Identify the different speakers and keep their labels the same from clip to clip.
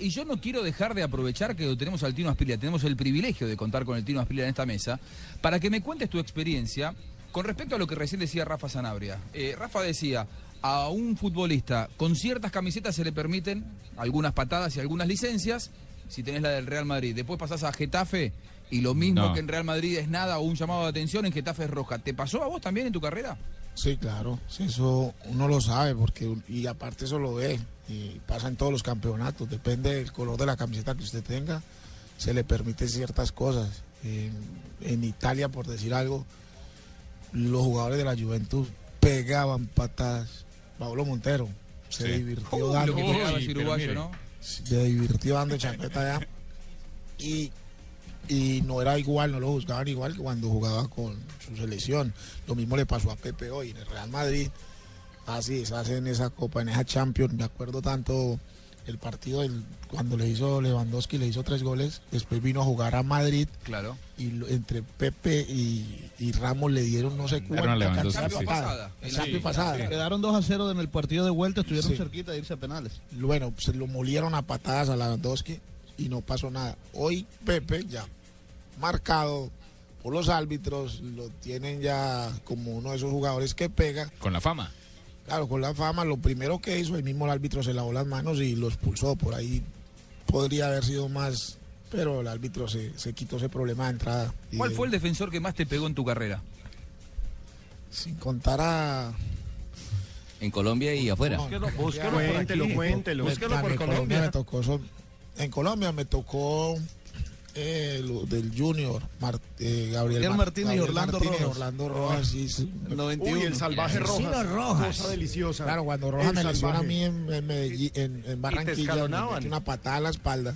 Speaker 1: Y yo no quiero dejar de aprovechar que tenemos al Tino Aspilia, tenemos el privilegio de contar con el Tino Aspilia en esta mesa, para que me cuentes tu experiencia con respecto a lo que recién decía Rafa Sanabria. Eh, Rafa decía, a un futbolista con ciertas camisetas se le permiten algunas patadas y algunas licencias, si tenés la del Real Madrid. Después pasás a Getafe y lo mismo
Speaker 2: No.
Speaker 1: que en Real Madrid es nada o un llamado de atención, en Getafe es roja. ¿Te pasó a vos también en tu carrera?
Speaker 3: Sí, claro, sí, eso uno lo sabe, porque y aparte eso lo ve, y pasa en todos los campeonatos, depende del color de la camiseta que usted tenga, se le permite ciertas cosas. En, en Italia, por decir algo, los jugadores de la Juventus pegaban patadas. Pablo Montero se
Speaker 4: Sí.
Speaker 3: divirtió
Speaker 1: Uy, lo
Speaker 3: dando,
Speaker 1: que
Speaker 4: Uy,
Speaker 1: pegaba ese
Speaker 4: pero
Speaker 1: uruguayo,
Speaker 4: mire.
Speaker 1: ¿no?
Speaker 3: se divirtió dando champeta allá, y, y no era igual, no lo juzgaban igual que cuando jugaba con su selección. Lo mismo le pasó a Pepe hoy en el Real Madrid. Así es, hacen esa copa, en esa Champions. Me acuerdo tanto el partido del- cuando le hizo Lewandowski, le hizo tres goles. Después vino a jugar a Madrid
Speaker 1: Claro.
Speaker 3: y lo- entre Pepe y, y Ramos le dieron no sé
Speaker 2: Ganaron a
Speaker 3: cuánta
Speaker 2: Lewandowski,
Speaker 3: cantidad de
Speaker 2: sí.
Speaker 3: papadas.
Speaker 1: Sí,
Speaker 3: En Champions pasada.
Speaker 5: Quedaron 2 a 0 en el partido de vuelta, estuvieron
Speaker 3: Sí.
Speaker 5: cerquita de irse a penales.
Speaker 3: Bueno, se lo molieron a patadas a Lewandowski y no pasó nada. Hoy Pepe ya marcado por los árbitros, lo tienen ya como uno de esos jugadores que pega.
Speaker 2: Con la fama.
Speaker 3: Claro, con la fama, lo primero que hizo, el mismo el árbitro se lavó las manos y lo expulsó. Por ahí podría haber sido más, pero el árbitro se, se quitó ese problema de entrada. Y
Speaker 1: ¿Cuál
Speaker 3: de-
Speaker 1: fue el defensor que más te pegó en tu carrera?
Speaker 3: Sin contar a...
Speaker 6: En Colombia y afuera.
Speaker 3: Búsquelo,
Speaker 4: Cuéntelo, cuéntelo.
Speaker 3: Búsquelo por Pues, Colombia. me tocó son- en Colombia me tocó eh, lo del Junior, Mar- eh, Gabriel,
Speaker 5: Gabriel
Speaker 3: Mar-
Speaker 5: Martínez y
Speaker 3: Gabriel
Speaker 5: Orlando
Speaker 3: Martínez,
Speaker 5: Rojas.
Speaker 3: Orlando Rojas, sí, sí.
Speaker 5: El 91.
Speaker 4: Uy, el salvaje
Speaker 6: El
Speaker 4: Rojas.
Speaker 6: Rojas.
Speaker 4: Cosa deliciosa.
Speaker 3: Claro, cuando
Speaker 4: El
Speaker 3: Rojas me
Speaker 4: salvaje.
Speaker 3: lesionó a mí en, en Medellín, en, en Barranquilla, me
Speaker 4: escalonaban.
Speaker 3: metió una patada a la espalda.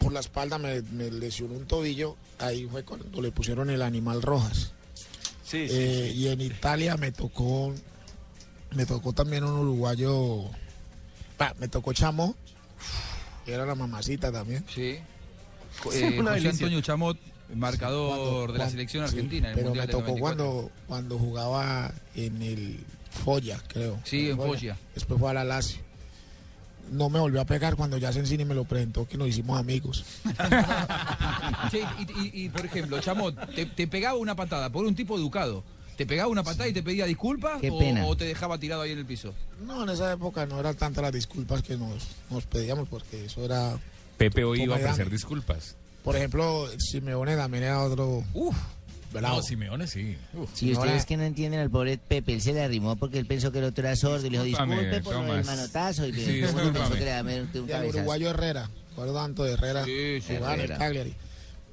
Speaker 3: Por la espalda me, me lesionó un tobillo. Ahí fue cuando le pusieron el animal Rojas.
Speaker 4: Sí,
Speaker 3: Eh, Y en Italia me tocó, me tocó también un uruguayo, bah, me tocó Chamo, que era la mamacita también.
Speaker 1: Sí.
Speaker 4: Sí,
Speaker 1: Eh,
Speaker 4: una
Speaker 1: José
Speaker 4: delicia.
Speaker 1: Antonio Chamot, marcador
Speaker 3: Cuando-
Speaker 1: de la
Speaker 3: cuan-
Speaker 1: selección
Speaker 3: sí,
Speaker 1: argentina. en el
Speaker 3: pero
Speaker 1: Mundial
Speaker 3: me
Speaker 1: del
Speaker 3: tocó
Speaker 1: 94.
Speaker 3: cuando, cuando jugaba en el Foya, creo.
Speaker 1: Sí, en Foggia.
Speaker 3: Después fue a la Lazio. No me volvió a pegar cuando ya Sensini me lo presentó, que nos hicimos amigos.
Speaker 1: Che, y, y- y, por ejemplo, Chamot, te, te pegaba una patada por un tipo educado. ¿Te pegaba una patada y te pedía disculpas?
Speaker 6: Qué
Speaker 1: o,
Speaker 6: pena.
Speaker 1: o te dejaba tirado ahí en el piso?
Speaker 3: No, en esa época no eran tantas las disculpas que nos, nos pedíamos, porque eso era...
Speaker 2: Pepe hoy
Speaker 3: Toma
Speaker 2: iba a ofrecer
Speaker 3: Dani.
Speaker 2: disculpas.
Speaker 3: Por ejemplo, Simeone también era otro...
Speaker 1: Uf,
Speaker 3: bravo.
Speaker 2: No, Simeone sí. Uf.
Speaker 6: Si
Speaker 3: Ahora-
Speaker 6: ustedes que no entienden al pobre Pepe, él se le arrimó porque él pensó que el otro era sordo y le dijo
Speaker 2: Discúlpame,
Speaker 6: disculpe por lo del
Speaker 2: Tomás.
Speaker 6: manotazo y
Speaker 2: Sí,
Speaker 6: que todo el mundo pensó
Speaker 2: discúlpame.
Speaker 6: que le iba a meter un
Speaker 3: Y al
Speaker 6: cabezazo.
Speaker 3: uruguayo Herrera, recuerdo tanto de Herrera,
Speaker 1: Sí, sí,
Speaker 3: jugaba en el
Speaker 6: Herrera.
Speaker 3: Cagliari.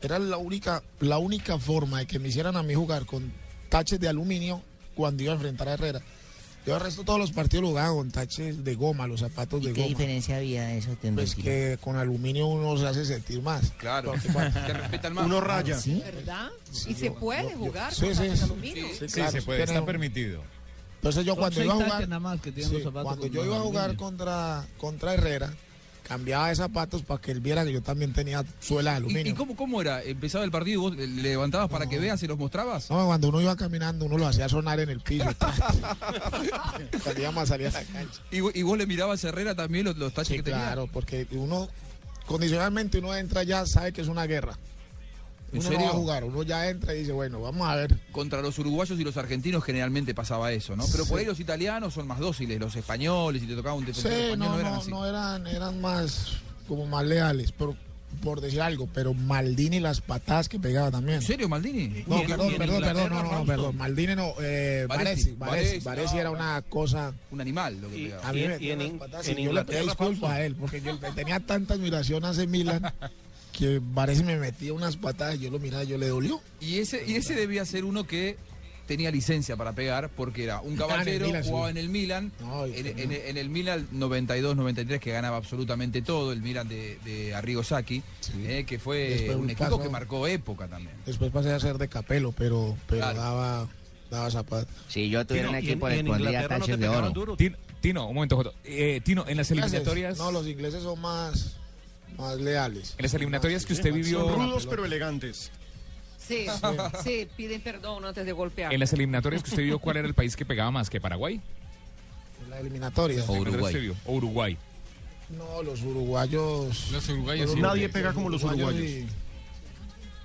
Speaker 3: Era la única, la única forma de que me hicieran a mí jugar con taches de aluminio cuando iba a enfrentar a Herrera. Yo el resto todos los partidos lo jugaba con taches de goma, los zapatos
Speaker 6: ¿Y
Speaker 3: de
Speaker 6: qué
Speaker 3: goma.
Speaker 6: diferencia había de eso?
Speaker 3: Pues que con aluminio uno se hace sentir más.
Speaker 1: claro.
Speaker 3: Porque cuando-
Speaker 1: Te respetan más.
Speaker 4: Uno raya.
Speaker 3: Sí,
Speaker 7: ¿Verdad?
Speaker 3: Sí,
Speaker 7: y se
Speaker 3: yo-
Speaker 7: puede
Speaker 3: yo-
Speaker 7: jugar
Speaker 3: sí,
Speaker 7: con
Speaker 3: sí,
Speaker 7: tantos
Speaker 3: sí.
Speaker 7: aluminio.
Speaker 3: Sí,
Speaker 2: Sí,
Speaker 3: claro,
Speaker 2: se puede,
Speaker 3: tiene
Speaker 2: está
Speaker 3: un-
Speaker 2: permitido.
Speaker 3: Entonces yo
Speaker 5: Son
Speaker 3: cuando
Speaker 5: seis
Speaker 3: iba a
Speaker 5: taches
Speaker 3: jugar...
Speaker 5: nada más que tienen
Speaker 3: Sí,
Speaker 5: los zapatos
Speaker 3: cuando
Speaker 5: con
Speaker 3: yo iba a
Speaker 5: aluminio.
Speaker 3: jugar contra, contra Herrera, cambiaba de zapatos para que él viera que yo también tenía suela de
Speaker 1: ¿Y,
Speaker 3: aluminio.
Speaker 1: y cómo, cómo era? ¿Empezaba el partido y vos le levantabas para que veas y los mostrabas?
Speaker 3: No, cuando uno iba caminando, uno lo hacía sonar en el piso. Salíamos a salir a la cancha.
Speaker 1: ¿Y, vo- y vos le mirabas a Herrera también los, los taches
Speaker 3: Sí,
Speaker 1: que tenía?
Speaker 3: claro, porque uno, condicionalmente uno entra ya, sabe que es una guerra.
Speaker 1: ¿En
Speaker 3: Uno no
Speaker 1: serio?
Speaker 3: va a jugar, uno ya entra y dice, bueno, vamos a ver.
Speaker 1: Contra los uruguayos y los argentinos generalmente pasaba eso, ¿no? Pero por ahí los italianos son más dóciles, los españoles, y te tocaba un
Speaker 3: Sí,
Speaker 1: defensor español,
Speaker 3: no,
Speaker 1: no eran
Speaker 3: no,
Speaker 1: así.
Speaker 3: no eran, eran más, como más leales, pero, por decir algo, pero Maldini las patadas que pegaba también.
Speaker 1: ¿En serio, Maldini?
Speaker 3: No,
Speaker 1: ¿Y en- y
Speaker 3: perdón,
Speaker 1: en
Speaker 3: perdón,
Speaker 1: Inglaterra,
Speaker 3: perdón, no, no, no,
Speaker 1: Armando?
Speaker 3: perdón. Maldini no, eh,
Speaker 1: Baresi,
Speaker 3: Baresi, Baresi,
Speaker 1: Baresi,
Speaker 3: Baresi era una cosa...
Speaker 1: Un animal lo que pegaba.
Speaker 3: A mí
Speaker 4: Y-
Speaker 3: me
Speaker 4: y
Speaker 3: dio
Speaker 4: en
Speaker 3: las
Speaker 4: In-
Speaker 3: patas
Speaker 4: en
Speaker 3: y yo le pedí
Speaker 4: Inglaterra,
Speaker 3: disculpas
Speaker 4: Fausto.
Speaker 3: a él, porque yo le tenía tanta admiración hace Milan que parece me metía unas patadas y yo lo miraba y yo le dolió.
Speaker 1: Y ese, y ese debía ser uno que tenía licencia para pegar porque era un
Speaker 3: Jugaba en el
Speaker 1: caballero,
Speaker 3: Milan, sí.
Speaker 1: jugaba en el Milan,
Speaker 3: No, y-
Speaker 1: en, en- en el Milan 92-93 que ganaba absolutamente todo, el Milan de, de Arrigo Sacchi,
Speaker 3: Sí.
Speaker 1: eh, que fue
Speaker 3: Después
Speaker 1: un
Speaker 3: un
Speaker 1: equipo
Speaker 3: paso.
Speaker 1: que marcó época también.
Speaker 3: Después pasé a ser de capelo, pero, pero
Speaker 1: Claro.
Speaker 3: daba, daba zapatos.
Speaker 6: Si yo tuviera un
Speaker 4: Tino, y en-
Speaker 6: equipo
Speaker 4: y
Speaker 6: le
Speaker 4: en
Speaker 6: pondría
Speaker 4: Inglaterra no te
Speaker 6: taches de
Speaker 4: pegaban
Speaker 6: oro.
Speaker 4: duro.
Speaker 2: Tino, Tino, un momento, Joto. Eh, Tino, en las eliminatorias.
Speaker 3: No, los ingleses son más, más leales.
Speaker 2: En las eliminatorias que usted
Speaker 4: Son
Speaker 2: vivió.
Speaker 4: rudos pero elegantes.
Speaker 7: Sí, sí, piden perdón antes de golpear.
Speaker 2: En las eliminatorias que usted vio, ¿cuál era el país que pegaba más que Paraguay?
Speaker 3: En la eliminatoria.
Speaker 6: O
Speaker 2: ¿En las
Speaker 6: Uruguay.
Speaker 2: que usted vio? O Uruguay.
Speaker 3: No, los uruguayos.
Speaker 8: Los uruguayos sí.
Speaker 4: Nadie pega como los uruguayos.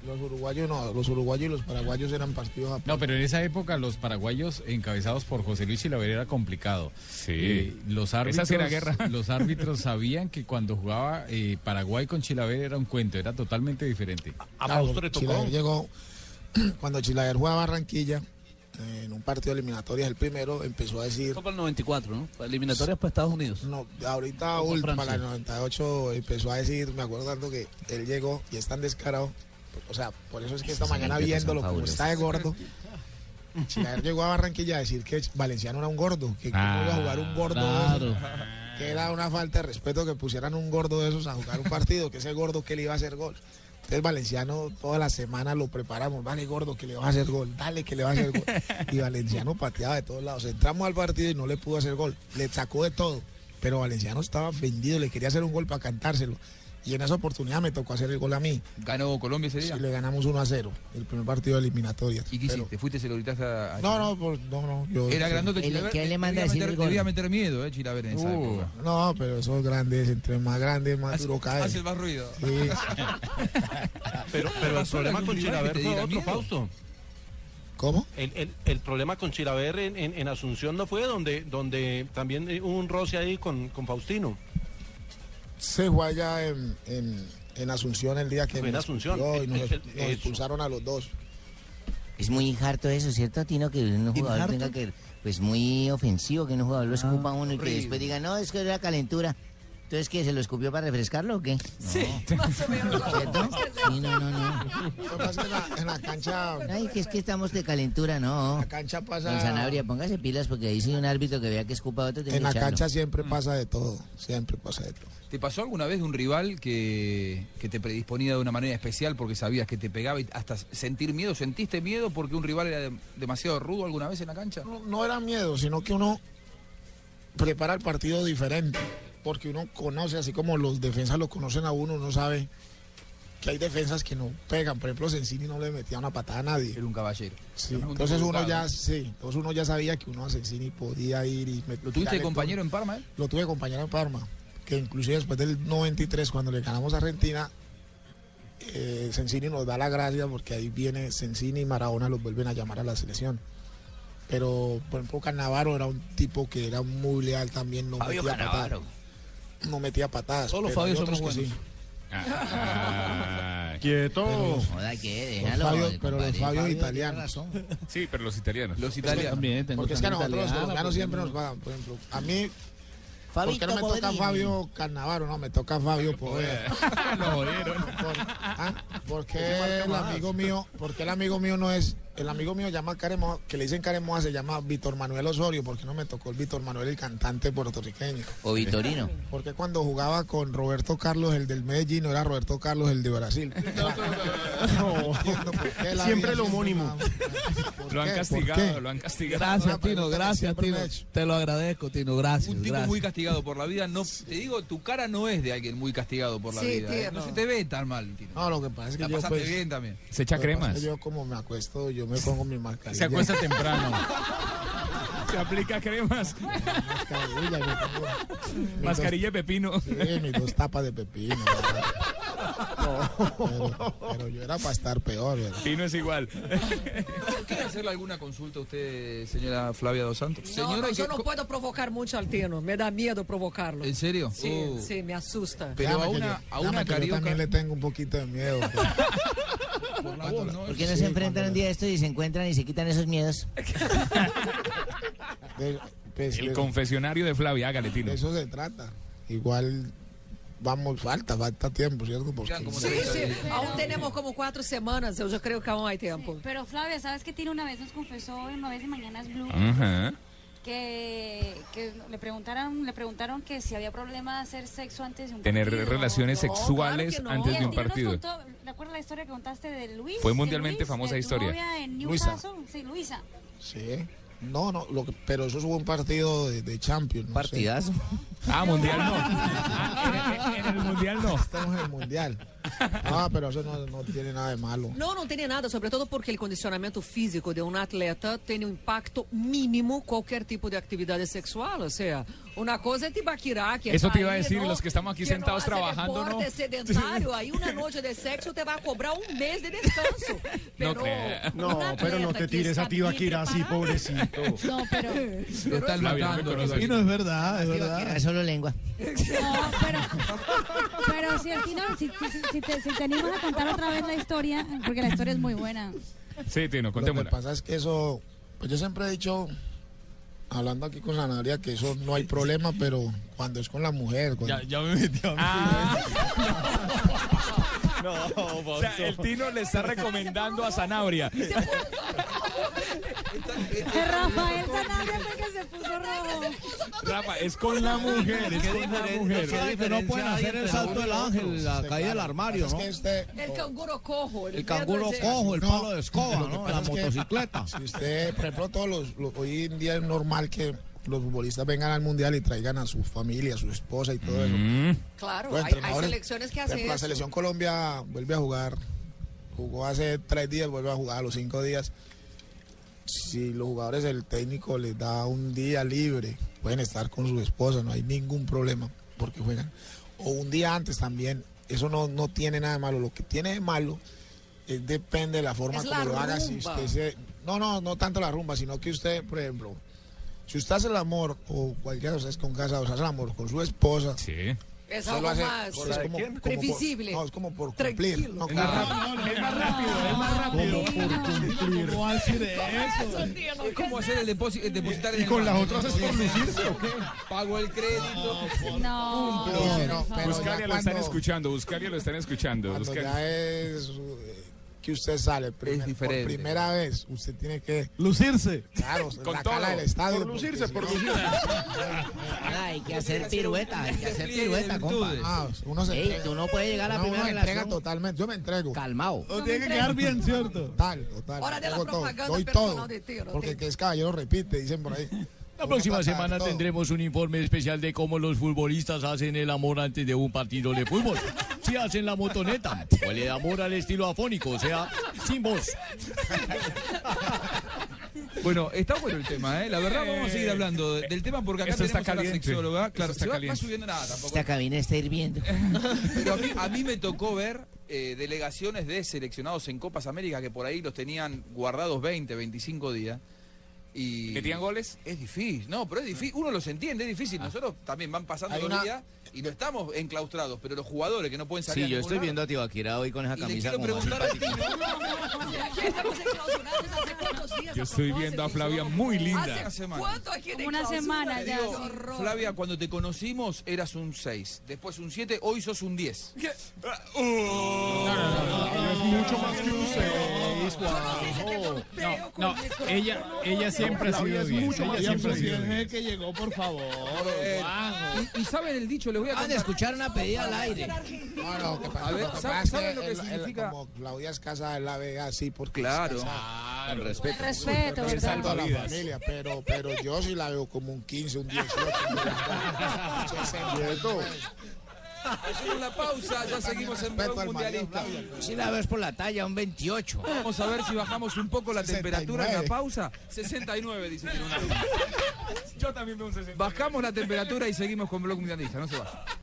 Speaker 3: y- Los uruguayos no, los uruguayos y los paraguayos eran partidos aparte.
Speaker 8: No, pero en esa época los paraguayos encabezados por José Luis Chilavera era complicado.
Speaker 2: Sí.
Speaker 8: Eh, los
Speaker 2: Esa
Speaker 8: árbitros,
Speaker 2: sí era guerra.
Speaker 8: los árbitros sabían que cuando jugaba eh, Paraguay con Chilavera era un cuento, era totalmente diferente.
Speaker 4: A
Speaker 3: Claro,
Speaker 4: Fausto le tocó.
Speaker 3: Chilaver llegó cuando Chilaver jugaba a Barranquilla eh, en un partido de eliminatorias el primero empezó a decir
Speaker 9: Copa del 94, ¿no? Para eliminatorias para Estados Unidos.
Speaker 3: no, ahorita
Speaker 9: Contra
Speaker 3: ul- para
Speaker 9: Francia.
Speaker 3: el 98 empezó a decir me acuerdo tanto que él llegó y es tan descarado o sea por eso es que esta
Speaker 6: Esas
Speaker 3: mañana
Speaker 6: anécdotas son
Speaker 3: viéndolo como
Speaker 6: fabulosas.
Speaker 3: está de gordo Chilaver llegó a Barranquilla a decir que Valenciano era un gordo que cómo
Speaker 2: Ah,
Speaker 3: iba a jugar un gordo de esos,
Speaker 9: Claro.
Speaker 3: que era una falta de respeto que pusieran un gordo de esos a jugar un partido, que ese gordo que le iba a hacer gol. Entonces Valenciano toda la semana lo preparamos, vale gordo que le vas a hacer gol, dale que le vas a hacer gol. Y Valenciano pateaba de todos lados. Entramos al partido y no le pudo hacer gol, le sacó de todo. Pero Valenciano estaba ofendido, le quería hacer un gol para cantárselo. Y en esa oportunidad me tocó hacer el gol a mí.
Speaker 1: Ganó Colombia ese
Speaker 3: Sí,
Speaker 1: día.
Speaker 3: le ganamos 1 a 0, el primer partido de eliminatorias.
Speaker 1: ¿Y qué
Speaker 3: Pero-
Speaker 1: hiciste? ¿Fuiste y se lo gritaste a.? a
Speaker 3: No, no, pues, no, no. Yo,
Speaker 1: Era
Speaker 3: sí.
Speaker 1: grandote
Speaker 6: El
Speaker 1: Chilaver.
Speaker 6: que le
Speaker 1: te- te
Speaker 6: manda
Speaker 1: iba a
Speaker 6: decir
Speaker 1: meter-
Speaker 6: el
Speaker 1: te
Speaker 6: gol.
Speaker 1: iba a meter miedo, eh, Chilaver, en esa
Speaker 2: Uh.
Speaker 1: época.
Speaker 3: No, pero esos grandes, entre más grandes,
Speaker 4: Ah,
Speaker 3: más duro cae.
Speaker 1: Hace más ruido.
Speaker 3: Sí.
Speaker 4: Pero, pero el
Speaker 1: Pasó
Speaker 4: problema
Speaker 1: algún
Speaker 4: con
Speaker 1: rival que
Speaker 4: Chilaver
Speaker 1: te
Speaker 4: fue
Speaker 1: diera
Speaker 4: otro,
Speaker 1: miedo.
Speaker 4: Fausto.
Speaker 3: ¿Cómo?
Speaker 4: El, el- el problema con Chilaver en, en- en Asunción no fue donde, donde también eh, hubo un roce ahí con, con Faustino.
Speaker 3: Se fue allá en, en- en Asunción el día que
Speaker 4: Fue en
Speaker 3: nos
Speaker 4: Asunción,
Speaker 3: expulsó y
Speaker 4: el-
Speaker 3: nos,
Speaker 4: el-
Speaker 3: nos
Speaker 4: eso.
Speaker 3: expulsaron a los dos.
Speaker 6: Es muy injarto eso, ¿cierto, Tino? Que un
Speaker 5: ¿Injarto?
Speaker 6: jugador tenga que... Pues muy ofensivo que un jugador
Speaker 4: Ah,
Speaker 6: lo escupa a uno y que
Speaker 1: horrible.
Speaker 6: después diga, no, es que era calentura. Entonces, ¿qué? ¿Se lo escupió para refrescarlo o qué?
Speaker 7: Sí, más o menos.
Speaker 6: ¿Cierto? Sí, no, no, no.
Speaker 3: Lo que pasa es que en la, en la cancha,
Speaker 6: Ay, que es que estamos de calentura, no.
Speaker 3: la cancha pasa.
Speaker 6: Don Sanabria, póngase pilas porque ahí sí un árbitro que vea que escupa a otro tiene
Speaker 3: en la
Speaker 6: que echarlo.
Speaker 3: cancha siempre
Speaker 4: Mm.
Speaker 3: pasa de todo. Siempre pasa de todo.
Speaker 1: ¿Te pasó alguna vez de un rival que, que te predisponía de una manera especial porque sabías que te pegaba y hasta sentir miedo? ¿Sentiste miedo porque un rival era de- demasiado rudo alguna vez en la cancha?
Speaker 3: No, no era miedo, sino que uno prepara el partido diferente. Porque uno conoce, así como los defensas lo conocen a uno, uno sabe que hay defensas que no pegan. Por ejemplo, Sensini no le metía una patada a nadie.
Speaker 1: Era un caballero.
Speaker 3: Sí,
Speaker 1: Era un
Speaker 3: entonces
Speaker 1: tipo
Speaker 3: uno
Speaker 1: educado.
Speaker 3: ya sí, entonces uno ya sabía que uno a Sensini podía ir y me-
Speaker 1: ¿Lo tuviste
Speaker 3: tirarle
Speaker 1: de compañero en Parma? eh?
Speaker 3: todo. Lo tuve de compañero en Parma, que inclusive después del 93 cuando le ganamos a Argentina eh, Sensini nos da la gracia porque ahí viene Sensini y Maradona los vuelven a llamar a la selección. Pero por ejemplo Cannavaro era un tipo que era muy leal también, no metía patadas. No metía patadas.
Speaker 9: Todos los
Speaker 3: pero hay
Speaker 9: Fabios
Speaker 3: otros
Speaker 9: somos
Speaker 3: que
Speaker 9: buenos.
Speaker 3: sí.
Speaker 2: Ah,
Speaker 4: Quieto.
Speaker 6: Joda, ¿qué?
Speaker 3: Los
Speaker 6: Déjalo. eh,
Speaker 3: Fabios, pero los
Speaker 6: compadre.
Speaker 3: Fabios
Speaker 5: Fabio tiene
Speaker 3: italianos.
Speaker 5: razón.
Speaker 2: sí, pero los italianos.
Speaker 1: Los italianos.
Speaker 5: También, tengo
Speaker 3: Porque es que a
Speaker 5: sangre
Speaker 3: nosotros los colombianos
Speaker 5: italiana, porque
Speaker 3: siempre
Speaker 5: no-
Speaker 3: nos pagan. Por ejemplo, a mí ¿Por qué
Speaker 6: Fabito
Speaker 3: no me toca
Speaker 6: Borini.
Speaker 3: Fabio Carnavaro? No, me toca Fabio Poveda.
Speaker 2: Lo jodieron.
Speaker 3: Por, ah, ¿por qué el amigo mío, por qué el amigo mío no es, el amigo mío llama Caremoa, que le dicen Caremoa, se llama Víctor Manuel Osorio, porque no me tocó el Víctor Manuel, el cantante puertorriqueño?
Speaker 6: O Vitorino.
Speaker 3: Porque cuando jugaba con Roberto Carlos, el del Medellín, no era Roberto Carlos, el de Brasil. No entiendo por qué la
Speaker 4: Siempre
Speaker 3: vida
Speaker 4: el
Speaker 3: siempre
Speaker 4: homónimo.
Speaker 3: va- ¿Por
Speaker 2: Lo han
Speaker 3: qué? ¿Por
Speaker 2: castigado,
Speaker 3: qué?
Speaker 2: lo han castigado.
Speaker 3: Una
Speaker 5: Gracias,
Speaker 3: pregunta
Speaker 5: Tino,
Speaker 3: que
Speaker 5: gracias,
Speaker 3: siempre me
Speaker 5: Tino.
Speaker 3: he hecho.
Speaker 5: Te lo agradezco, Tino, gracias.
Speaker 1: Un tipo
Speaker 5: gracias.
Speaker 1: muy castigado por la vida. No, te digo, tu cara no es de alguien muy castigado por la
Speaker 7: Sí,
Speaker 1: vida. eh.
Speaker 7: tierno.
Speaker 1: No se te ve tan mal. Tino.
Speaker 3: No, lo que pasa es que
Speaker 1: La
Speaker 3: yo
Speaker 1: pasaste
Speaker 3: pues,
Speaker 1: bien también.
Speaker 2: Se echa
Speaker 3: lo que pasa es
Speaker 2: cremas.
Speaker 3: que yo como me acuesto, yo me pongo mi mascarilla.
Speaker 8: Se acuesta temprano.
Speaker 2: Se aplica cremas.
Speaker 3: Mascarilla, yo tengo mis
Speaker 2: Mascarilla de pepino.
Speaker 3: dos- sí, mis dos tapas de pepino. ¿verdad? Pero, pero yo era para estar peor, ¿verdad?
Speaker 2: Pino es igual.
Speaker 1: ¿Quiere hacerle alguna consulta a usted, señora Flavia Dos Santos?
Speaker 7: No, no,
Speaker 1: ¿y
Speaker 7: yo
Speaker 1: qué-
Speaker 7: no puedo provocar mucho al Tino. Me da miedo provocarlo.
Speaker 1: ¿En serio?
Speaker 7: Sí,
Speaker 3: Oh.
Speaker 1: Uh,
Speaker 7: sí, me asusta.
Speaker 1: Pero a
Speaker 3: Déjame que
Speaker 1: una,
Speaker 3: yo-
Speaker 1: a una
Speaker 3: déjame que Yo
Speaker 1: carioca.
Speaker 3: también le tengo un poquito de miedo. ¿verdad?
Speaker 1: Por la
Speaker 3: Cuando
Speaker 1: voz,
Speaker 3: la-
Speaker 1: ¿no?
Speaker 6: ¿Por qué no
Speaker 3: Sí,
Speaker 6: se enfrentan
Speaker 3: cuando-
Speaker 6: un día a esto y se encuentran y se quitan esos miedos?
Speaker 3: De, pues,
Speaker 2: El
Speaker 3: de-
Speaker 2: confesionario de Flavia, hágale, Tino.
Speaker 3: de eso se trata. Igual vamos, falta, falta tiempo, ¿cierto? Porque
Speaker 1: Quedan como
Speaker 7: Sí,
Speaker 1: treinta
Speaker 7: sí,
Speaker 1: días.
Speaker 7: aún tenemos como cuatro semanas. Yo yo creo que aún hay tiempo.
Speaker 10: Pero Flavia, ¿sabes que Tino una vez nos confesó en Nueve de Mañanas Blue
Speaker 2: Ajá.
Speaker 10: que, que le preguntaron le preguntaron que si había problema de hacer sexo antes de un
Speaker 2: Tener
Speaker 10: partido.
Speaker 2: relaciones
Speaker 7: No, claro
Speaker 2: sexuales
Speaker 7: que no.
Speaker 10: Y el
Speaker 2: antes de un
Speaker 10: Tino nos
Speaker 2: partido.
Speaker 10: contó, ¿te acuerdas la historia que contaste de Luis?
Speaker 2: Fue
Speaker 10: De
Speaker 2: mundialmente
Speaker 10: Luis,
Speaker 2: famosa
Speaker 10: de tu
Speaker 2: historia.
Speaker 10: novia en
Speaker 3: Luisa.
Speaker 10: Newcastle? Sí, Luisa.
Speaker 3: Sí. No, no, lo que- pero eso fue un partido de, de Champions. No sé.
Speaker 6: Partidazo.
Speaker 2: Ah, mundial no. Ah, en, en- en el mundial no.
Speaker 3: Estamos en el Mundial. Ah, pero eso no, no tiene nada de malo.
Speaker 7: Não, não teria nada, sobretudo porque o condicionamento físico de um atleta tem um impacto mínimo qualquer tipo de atividade sexual. Ou seja, uma coisa é tibaquirá, que é
Speaker 2: Eso te
Speaker 7: sair,
Speaker 2: iba a decir,
Speaker 7: ¿no?
Speaker 2: los que estamos aquí
Speaker 7: Que
Speaker 2: sentados
Speaker 7: não hace
Speaker 2: trabajando,
Speaker 7: deporte,
Speaker 2: ¿no?
Speaker 7: é sedentário, aí uma noite de sexo te vai cobrar um mês de descanso. Pero
Speaker 2: creo.
Speaker 7: um atleta que está bem preparado-
Speaker 9: pobrecito.
Speaker 10: No, pero.
Speaker 1: Lo están
Speaker 2: Flavia, no me
Speaker 1: matando.
Speaker 2: conoces.
Speaker 1: lo-
Speaker 5: Y no es verdad, es verdad.
Speaker 6: Ah, solo lengua.
Speaker 10: No, pero, pero si al final, si, si- si te, si te animas a contar otra vez la historia, porque la historia es muy buena.
Speaker 2: Sí, Tino,
Speaker 3: Lo que
Speaker 2: contémosla.
Speaker 3: pasa es que eso, pues yo siempre he dicho, hablando aquí con Sanaria, que eso no hay problema, pero cuando es con la mujer, cuando-
Speaker 8: Ya, ya me metí a mí.
Speaker 3: ¿eh?
Speaker 2: Ah. O sea, el Tino le está recomendando a Sanabria.
Speaker 10: Que Eh, Rafael Sanabria fue que se puso rojo.
Speaker 2: Rafa, es con la mujer, es con la mujer.
Speaker 5: Ay, que no pueden hacer el salto del ángel, la caída del armario,
Speaker 3: es
Speaker 5: ¿no?
Speaker 3: que este,
Speaker 7: El canguro cojo.
Speaker 5: El canguro
Speaker 7: medo
Speaker 5: cojo, el
Speaker 3: No,
Speaker 5: palo de escoba,
Speaker 3: lo que
Speaker 5: ¿no?
Speaker 3: pasa
Speaker 5: La
Speaker 3: es que-
Speaker 5: motocicleta.
Speaker 3: si usted, por ejemplo, todos los, los- hoy en día es normal que los futbolistas vengan al mundial y traigan a su familia, a su esposa y todo eso.
Speaker 7: Claro,
Speaker 3: Los
Speaker 7: hay, hay
Speaker 3: Pues, entrenadores,
Speaker 7: selecciones que
Speaker 3: por
Speaker 7: hacen
Speaker 3: ejemplo, La
Speaker 7: eso.
Speaker 3: selección Colombia vuelve a jugar. Jugó hace tres días, vuelve a jugar a los cinco días. Si los jugadores, el técnico les da un día libre, pueden estar con su esposa, no hay ningún problema porque juegan. O un día antes también, eso no, no tiene nada de malo. Lo que tiene de malo es, depende de la forma
Speaker 7: Es
Speaker 3: como
Speaker 7: la
Speaker 3: lo haga. Si
Speaker 7: rumba.
Speaker 3: usted se- no, no, no tanto la rumba, sino que usted, por ejemplo, si usted hace el amor, o cualquiera de ustedes con casados hace el amor con su esposa,
Speaker 2: Sí.
Speaker 7: Es
Speaker 3: Solo
Speaker 7: algo
Speaker 3: hace-
Speaker 7: más.
Speaker 3: solo es como- como por-
Speaker 7: Previsible.
Speaker 3: no, es como por cumplir.
Speaker 7: Tranquilo.
Speaker 3: No,
Speaker 2: Es más
Speaker 3: claro.
Speaker 2: rápido, es más rápido, es más rápido.
Speaker 5: ¿Cómo va a decir eso?
Speaker 1: Es como hacer el depósito, el depositar en el
Speaker 2: con las
Speaker 1: banco.
Speaker 2: otras es
Speaker 1: No, no,
Speaker 2: por
Speaker 1: no,
Speaker 2: lucirse,
Speaker 1: no, Pago el crédito.
Speaker 10: No,
Speaker 3: Pero- pero-
Speaker 10: por
Speaker 3: pero
Speaker 10: favor.
Speaker 2: Buscaria
Speaker 3: ya
Speaker 2: lo están
Speaker 3: cuando-
Speaker 2: escuchando, Buscaria lo están escuchando.
Speaker 3: Cuando
Speaker 2: Buscaria.
Speaker 3: ya es eh, que usted sale primer-
Speaker 1: Es diferente.
Speaker 3: por primera vez, usted tiene que,
Speaker 5: Lucirse.
Speaker 3: claro,
Speaker 2: Con
Speaker 3: la
Speaker 2: todo.
Speaker 3: cara del estadio.
Speaker 4: Por
Speaker 3: porque
Speaker 4: lucirse,
Speaker 3: si
Speaker 4: por
Speaker 3: no-
Speaker 4: lucirse.
Speaker 6: Ah, hay que hacer pirueta, hay que hacer
Speaker 1: Despliegue de
Speaker 6: pirueta, compa.
Speaker 1: virtudes.
Speaker 3: Ah, uno se
Speaker 6: Ey,
Speaker 3: entrega.
Speaker 6: tú no puedes llegar a
Speaker 3: No,
Speaker 6: la
Speaker 3: uno
Speaker 6: primera
Speaker 3: se entrega
Speaker 6: relación
Speaker 3: totalmente. Yo me entrego.
Speaker 6: calmado.
Speaker 5: O tiene que quedar bien, ¿cierto?
Speaker 3: Total, total.
Speaker 7: Hora de la
Speaker 3: Hago todo.
Speaker 7: propaganda
Speaker 3: Doy
Speaker 7: personal
Speaker 3: todo.
Speaker 7: de tiro,
Speaker 3: Porque
Speaker 7: sí.
Speaker 3: el que es caballero repite, dicen por ahí.
Speaker 8: La próxima
Speaker 3: Uno trata de
Speaker 8: semana
Speaker 3: todo.
Speaker 8: tendremos un informe especial de cómo los futbolistas hacen el amor antes de un partido de fútbol. Si hacen la motoneta o el amor al estilo afónico, o sea, sin voz.
Speaker 1: Bueno, está bueno el tema, ¿eh? La verdad, vamos a seguir hablando de- del tema porque acá
Speaker 2: Esto está
Speaker 1: tenemos a la
Speaker 2: caliente.
Speaker 1: sexóloga.
Speaker 2: Esto
Speaker 1: Claro,
Speaker 2: está
Speaker 1: se va, va
Speaker 2: caliente.
Speaker 1: subiendo nada tampoco.
Speaker 6: Esta cabina está hirviendo.
Speaker 1: Pero a mí, a mí me tocó ver eh, delegaciones de seleccionados en Copas América que por ahí los tenían guardados 20, 25 días. Y
Speaker 2: ¿Metían goles?
Speaker 1: Es difícil, no, pero es difícil. Uno los entiende, es difícil. Nosotros también van pasando
Speaker 3: Hay
Speaker 1: los
Speaker 3: una-
Speaker 1: días y no estamos enclaustrados, pero los jugadores que no pueden
Speaker 9: Sí,
Speaker 1: salir. a
Speaker 9: yo
Speaker 1: ningún
Speaker 9: estoy
Speaker 1: lado,
Speaker 9: viendo a Tibaquira hoy con esa
Speaker 1: Y le
Speaker 9: camisa
Speaker 1: quiero
Speaker 9: como así.
Speaker 1: preguntar a ti,
Speaker 7: Aquí estamos enclausurados hace cuántos días,
Speaker 2: Yo estoy viendo a Flavia muy linda.
Speaker 1: Una
Speaker 7: ¿Hace
Speaker 1: semana.
Speaker 7: cuánto aquí de
Speaker 10: Como una
Speaker 7: clausura?
Speaker 10: semana ya,
Speaker 7: Qué
Speaker 10: sí.
Speaker 7: horror.
Speaker 1: Flavia, cuando te conocimos eras un 6, después un 7, hoy sos un 10.
Speaker 7: Yo no sé si te golpeo con
Speaker 2: No,
Speaker 7: el micrófono.
Speaker 2: ella, ella siempre ha sido 10. Ella siempre ha sido 10.
Speaker 5: que llegó, por favor.
Speaker 1: Eh, y, y saben el dicho, les voy a
Speaker 6: Van a
Speaker 1: contar.
Speaker 6: escuchar una pedida al aire.
Speaker 3: No, no, lo que pasa-
Speaker 1: A ver,
Speaker 3: lo que
Speaker 1: ¿sabe-
Speaker 3: pasa es
Speaker 1: sabe
Speaker 3: que
Speaker 1: lo que
Speaker 3: él- él-
Speaker 1: significa?
Speaker 3: Como Claudia es casada, él la ve así porque es
Speaker 1: Claro.
Speaker 3: casada.
Speaker 6: Con respeto.
Speaker 3: Respeto
Speaker 10: Respeto,
Speaker 3: a
Speaker 10: ¿verdad?
Speaker 3: la familia, pero, pero yo sí la veo como un 15, un 18. un 19.
Speaker 1: Hacemos la pausa, ya seguimos en
Speaker 3: Respeto
Speaker 1: Blog
Speaker 3: al marido,
Speaker 1: Mundialista.
Speaker 3: Flavia.
Speaker 6: Si la ves por la talla, un 28.
Speaker 1: Vamos a ver si bajamos un poco la
Speaker 3: 69.
Speaker 1: temperatura en la pausa. 69, dice. Yo también veo un 69. Bajamos la temperatura y seguimos con Blog Mundialista, no se vaya.